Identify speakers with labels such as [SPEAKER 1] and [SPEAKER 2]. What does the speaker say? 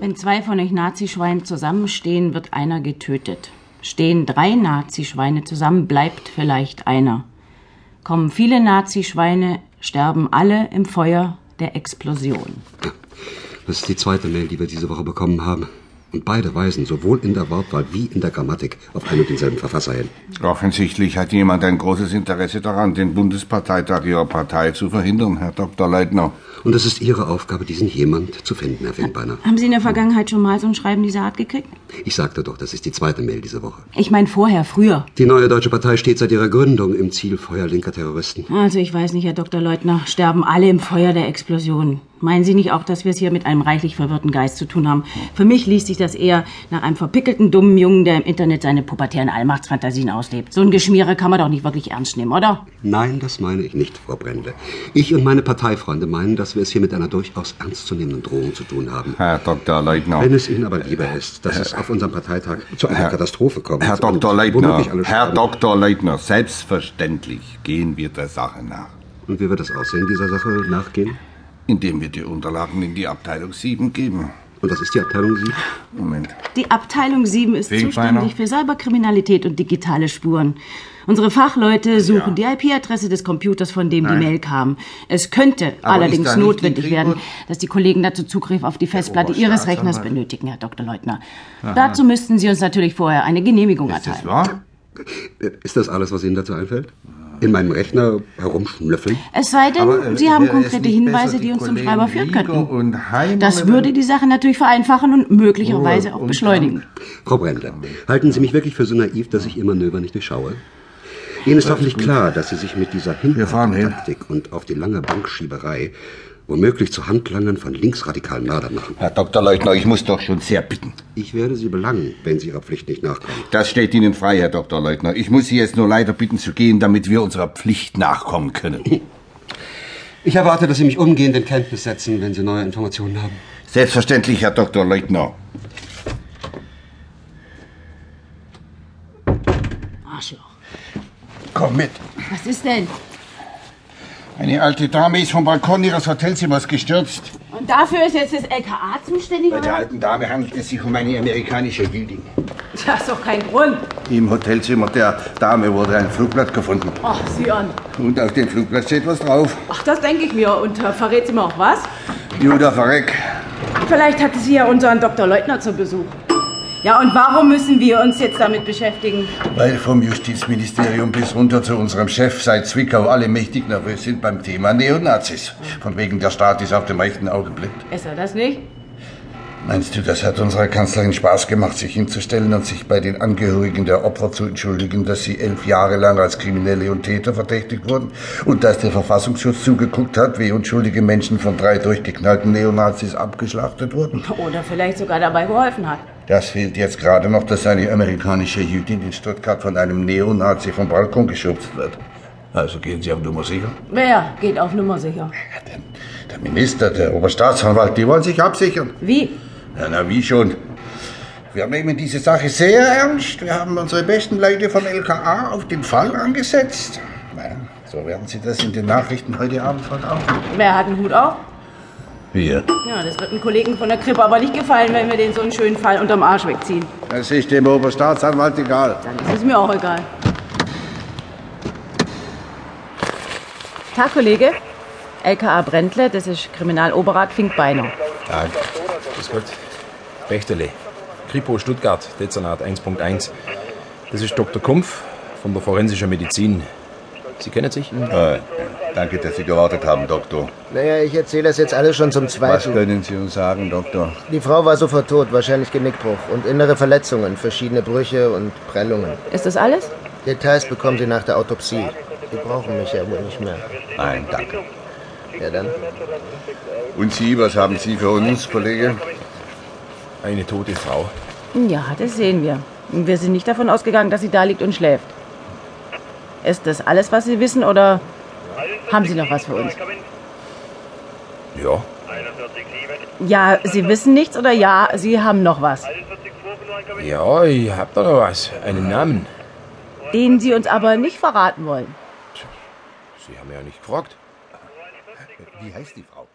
[SPEAKER 1] Wenn zwei von euch Nazischweinen zusammenstehen, wird einer getötet. Stehen drei Nazischweine zusammen, bleibt vielleicht einer. Kommen viele Nazischweine, sterben alle im Feuer der Explosion.
[SPEAKER 2] Das ist die zweite Mail, die wir diese Woche bekommen haben. Und beide weisen sowohl in der Wortwahl wie in der Grammatik auf einen und denselben Verfasser hin.
[SPEAKER 3] Offensichtlich hat jemand ein großes Interesse daran, den Bundesparteitag Ihrer Partei zu verhindern, Herr Dr. Leitner.
[SPEAKER 2] Und es ist Ihre Aufgabe, diesen jemand zu finden, Herr Winkbeiner.
[SPEAKER 1] Haben Sie in der Vergangenheit schon mal so ein Schreiben dieser Art gekriegt?
[SPEAKER 2] Ich sagte doch, das ist die zweite Mail diese Woche.
[SPEAKER 1] Ich meine vorher, früher.
[SPEAKER 2] Die neue deutsche Partei steht seit ihrer Gründung im Zielfeuer linker Terroristen.
[SPEAKER 1] Also ich weiß nicht, Herr Dr. Leutner, sterben alle im Feuer der Explosion. Meinen Sie nicht auch, dass wir es hier mit einem reichlich verwirrten Geist zu tun haben? Für mich liest sich das eher nach einem verpickelten, dummen Jungen, der im Internet seine pubertären Allmachtsfantasien auslebt. So ein Geschmiere kann man doch nicht wirklich ernst nehmen, oder?
[SPEAKER 2] Nein, das meine ich nicht, Frau Brendle. Ich und meine Parteifreunde meinen, dass wir es hier mit einer durchaus ernstzunehmenden Drohung zu tun haben.
[SPEAKER 3] Herr Dr. Leitner.
[SPEAKER 2] Wenn es Ihnen aber lieber ist, dass es auf unserem Parteitag zu einer
[SPEAKER 3] Herr-
[SPEAKER 2] Katastrophe kommt.
[SPEAKER 3] Herr
[SPEAKER 2] und
[SPEAKER 3] Dr.
[SPEAKER 2] womöglich
[SPEAKER 3] Leitner.
[SPEAKER 2] alle
[SPEAKER 3] Herr
[SPEAKER 2] sterben.
[SPEAKER 3] Dr. Leitner, selbstverständlich gehen wir der Sache nach,
[SPEAKER 2] Und wie wird das Aussehen dieser Sache nachgehen?
[SPEAKER 3] indem wir die Unterlagen in die Abteilung 7 geben.
[SPEAKER 2] Und das ist die Abteilung Sie?
[SPEAKER 3] Moment.
[SPEAKER 1] Die Abteilung 7 ist
[SPEAKER 3] Wegen
[SPEAKER 1] zuständig
[SPEAKER 3] Feiner?
[SPEAKER 1] für Cyberkriminalität und digitale Spuren. Unsere Fachleute suchen die IP-Adresse des Computers, von dem die Mail kam. Es könnte
[SPEAKER 3] Aber ist
[SPEAKER 1] allerdings
[SPEAKER 3] da nicht
[SPEAKER 1] notwendig
[SPEAKER 3] die
[SPEAKER 1] werden,
[SPEAKER 3] Gregor-
[SPEAKER 1] dass die Kollegen dazu Zugriff auf die Festplatte Ihres Rechners
[SPEAKER 3] Oberstaatsanwalt.
[SPEAKER 1] benötigen, Herr Dr. Leutner. Dazu müssten Sie uns natürlich vorher eine Genehmigung
[SPEAKER 3] Ist das
[SPEAKER 1] erteilen.
[SPEAKER 3] wahr?
[SPEAKER 2] Ist das alles, was Ihnen dazu einfällt? In meinem Rechner herumschnüffeln?
[SPEAKER 1] Es sei denn,
[SPEAKER 3] Aber, äh,
[SPEAKER 1] Sie haben
[SPEAKER 3] wäre es
[SPEAKER 1] konkrete
[SPEAKER 3] nicht
[SPEAKER 1] Hinweise,
[SPEAKER 3] besser,
[SPEAKER 1] die, uns zum
[SPEAKER 3] Kollegen
[SPEAKER 1] Schreiber führen
[SPEAKER 3] Rieger
[SPEAKER 1] könnten.
[SPEAKER 3] Und Heimer
[SPEAKER 1] Das würde die Sache natürlich vereinfachen und möglicherweise auch
[SPEAKER 3] und
[SPEAKER 1] beschleunigen.
[SPEAKER 2] Frau Brendle, halten Sie mich wirklich für so naiv, dass ich Ihr Manöver nicht durchschaue? Ihnen ist hoffentlich klar, dass Sie sich mit dieser
[SPEAKER 3] fahren hin.
[SPEAKER 2] Hintertaktik und auf die lange Bankschieberei womöglich zu Handlangern von linksradikalen Mördern machen.
[SPEAKER 3] Herr Dr. Leutner, ich muss doch schon sehr bitten.
[SPEAKER 2] Ich werde Sie belangen, wenn Sie Ihrer Pflicht nicht nachkommen.
[SPEAKER 3] Das steht Ihnen frei, Herr Dr. Leutner. Ich muss Sie jetzt nur leider bitten zu gehen, damit wir unserer Pflicht nachkommen können.
[SPEAKER 2] Ich erwarte, dass Sie mich umgehend in Kenntnis setzen, wenn Sie neue Informationen haben.
[SPEAKER 3] Selbstverständlich, Herr Dr. Leutner.
[SPEAKER 1] Arschloch.
[SPEAKER 3] Komm mit.
[SPEAKER 1] Was ist denn?
[SPEAKER 3] Eine alte Dame ist vom Balkon ihres Hotelzimmers gestürzt.
[SPEAKER 1] Und dafür ist jetzt das LKA zuständig?
[SPEAKER 3] Bei der
[SPEAKER 1] Oder?
[SPEAKER 3] alten Dame handelt es sich um eine amerikanische Jüdin.
[SPEAKER 1] Das ist doch kein Grund.
[SPEAKER 3] Im Hotelzimmer der Dame wurde ein Flugblatt gefunden.
[SPEAKER 1] Ach, Sion.
[SPEAKER 3] Und auf dem Flugblatt steht was drauf.
[SPEAKER 1] Ach, das denke ich mir. Und äh, verrät sie mir auch was?
[SPEAKER 3] Judah Verreck.
[SPEAKER 1] Vielleicht hatte sie ja unseren Dr. Leutner zu Besuch. Ja, und warum müssen wir uns jetzt damit beschäftigen?
[SPEAKER 3] Weil vom Justizministerium bis runter zu unserem Chef seit Zwickau alle mächtig nervös sind beim Thema Neonazis. Von wegen der Staat ist auf dem rechten Auge blind.
[SPEAKER 1] Ist er das nicht?
[SPEAKER 3] Meinst du, das hat unserer Kanzlerin Spaß gemacht, sich hinzustellen und sich bei den Angehörigen der Opfer zu entschuldigen, dass sie elf Jahre lang als Kriminelle und Täter verdächtigt wurden und dass der Verfassungsschutz zugeguckt hat, wie unschuldige Menschen von drei durchgeknallten Neonazis abgeschlachtet wurden?
[SPEAKER 1] Oder vielleicht sogar dabei geholfen hat.
[SPEAKER 3] Das fehlt jetzt gerade noch, dass eine amerikanische Jüdin in Stuttgart von einem Neonazi vom Balkon geschubst wird. Also gehen Sie auf Nummer sicher.
[SPEAKER 1] Wer geht auf Nummer sicher?
[SPEAKER 3] Der Minister, der Oberstaatsanwalt, die wollen sich absichern.
[SPEAKER 1] Wie?
[SPEAKER 3] Ja, na wie schon. Wir nehmen diese Sache sehr ernst. Wir haben unsere besten Leute vom LKA auf den Fall angesetzt. Na, so werden Sie das in den Nachrichten heute Abend verkaufen.
[SPEAKER 1] Wer hat einen Hut auf?
[SPEAKER 3] Wir.
[SPEAKER 1] Ja, das wird den Kollegen von der Krippe aber nicht gefallen, wenn wir den so einen schönen Fall unterm Arsch wegziehen.
[SPEAKER 3] Das ist dem Oberstaatsanwalt egal.
[SPEAKER 1] Dann ist es mir auch egal. Tag, Kollege. LKA Brendle, das ist Kriminaloberrat Finkbeiner.
[SPEAKER 4] Tag. Grüß Gott. Bechterle. Kripo Stuttgart, Dezernat 1.1. Das ist Dr. Kumpf von der forensischen Medizin. Sie kennen sich?
[SPEAKER 3] Äh, danke, dass Sie gewartet haben, Doktor.
[SPEAKER 5] Naja, ich erzähle das jetzt alles schon zum
[SPEAKER 3] Was
[SPEAKER 5] zweiten.
[SPEAKER 3] können Sie uns sagen, Doktor?
[SPEAKER 5] Die Frau war sofort tot, wahrscheinlich Genickbruch und innere Verletzungen, verschiedene Brüche und Prellungen.
[SPEAKER 1] Ist das alles?
[SPEAKER 5] Details bekommen Sie nach der Autopsie. Die brauchen mich ja wohl nicht mehr.
[SPEAKER 3] Nein, danke.
[SPEAKER 5] Ja dann.
[SPEAKER 3] Und Sie, was haben Sie für uns, Kollege?
[SPEAKER 4] Eine tote Frau.
[SPEAKER 1] Ja, das sehen wir. Wir sind nicht davon ausgegangen, dass sie da liegt und schläft. Ist das alles, was Sie wissen, oder haben Sie noch was für uns?
[SPEAKER 4] Ja.
[SPEAKER 1] Ja, Sie wissen nichts, oder ja, Sie haben noch was,
[SPEAKER 4] Ja, ich hab da noch was. Einen Namen.
[SPEAKER 1] den Sie uns aber nicht verraten wollen.
[SPEAKER 4] Sie haben ja nicht gefragt.
[SPEAKER 3] Wie heißt die Frau?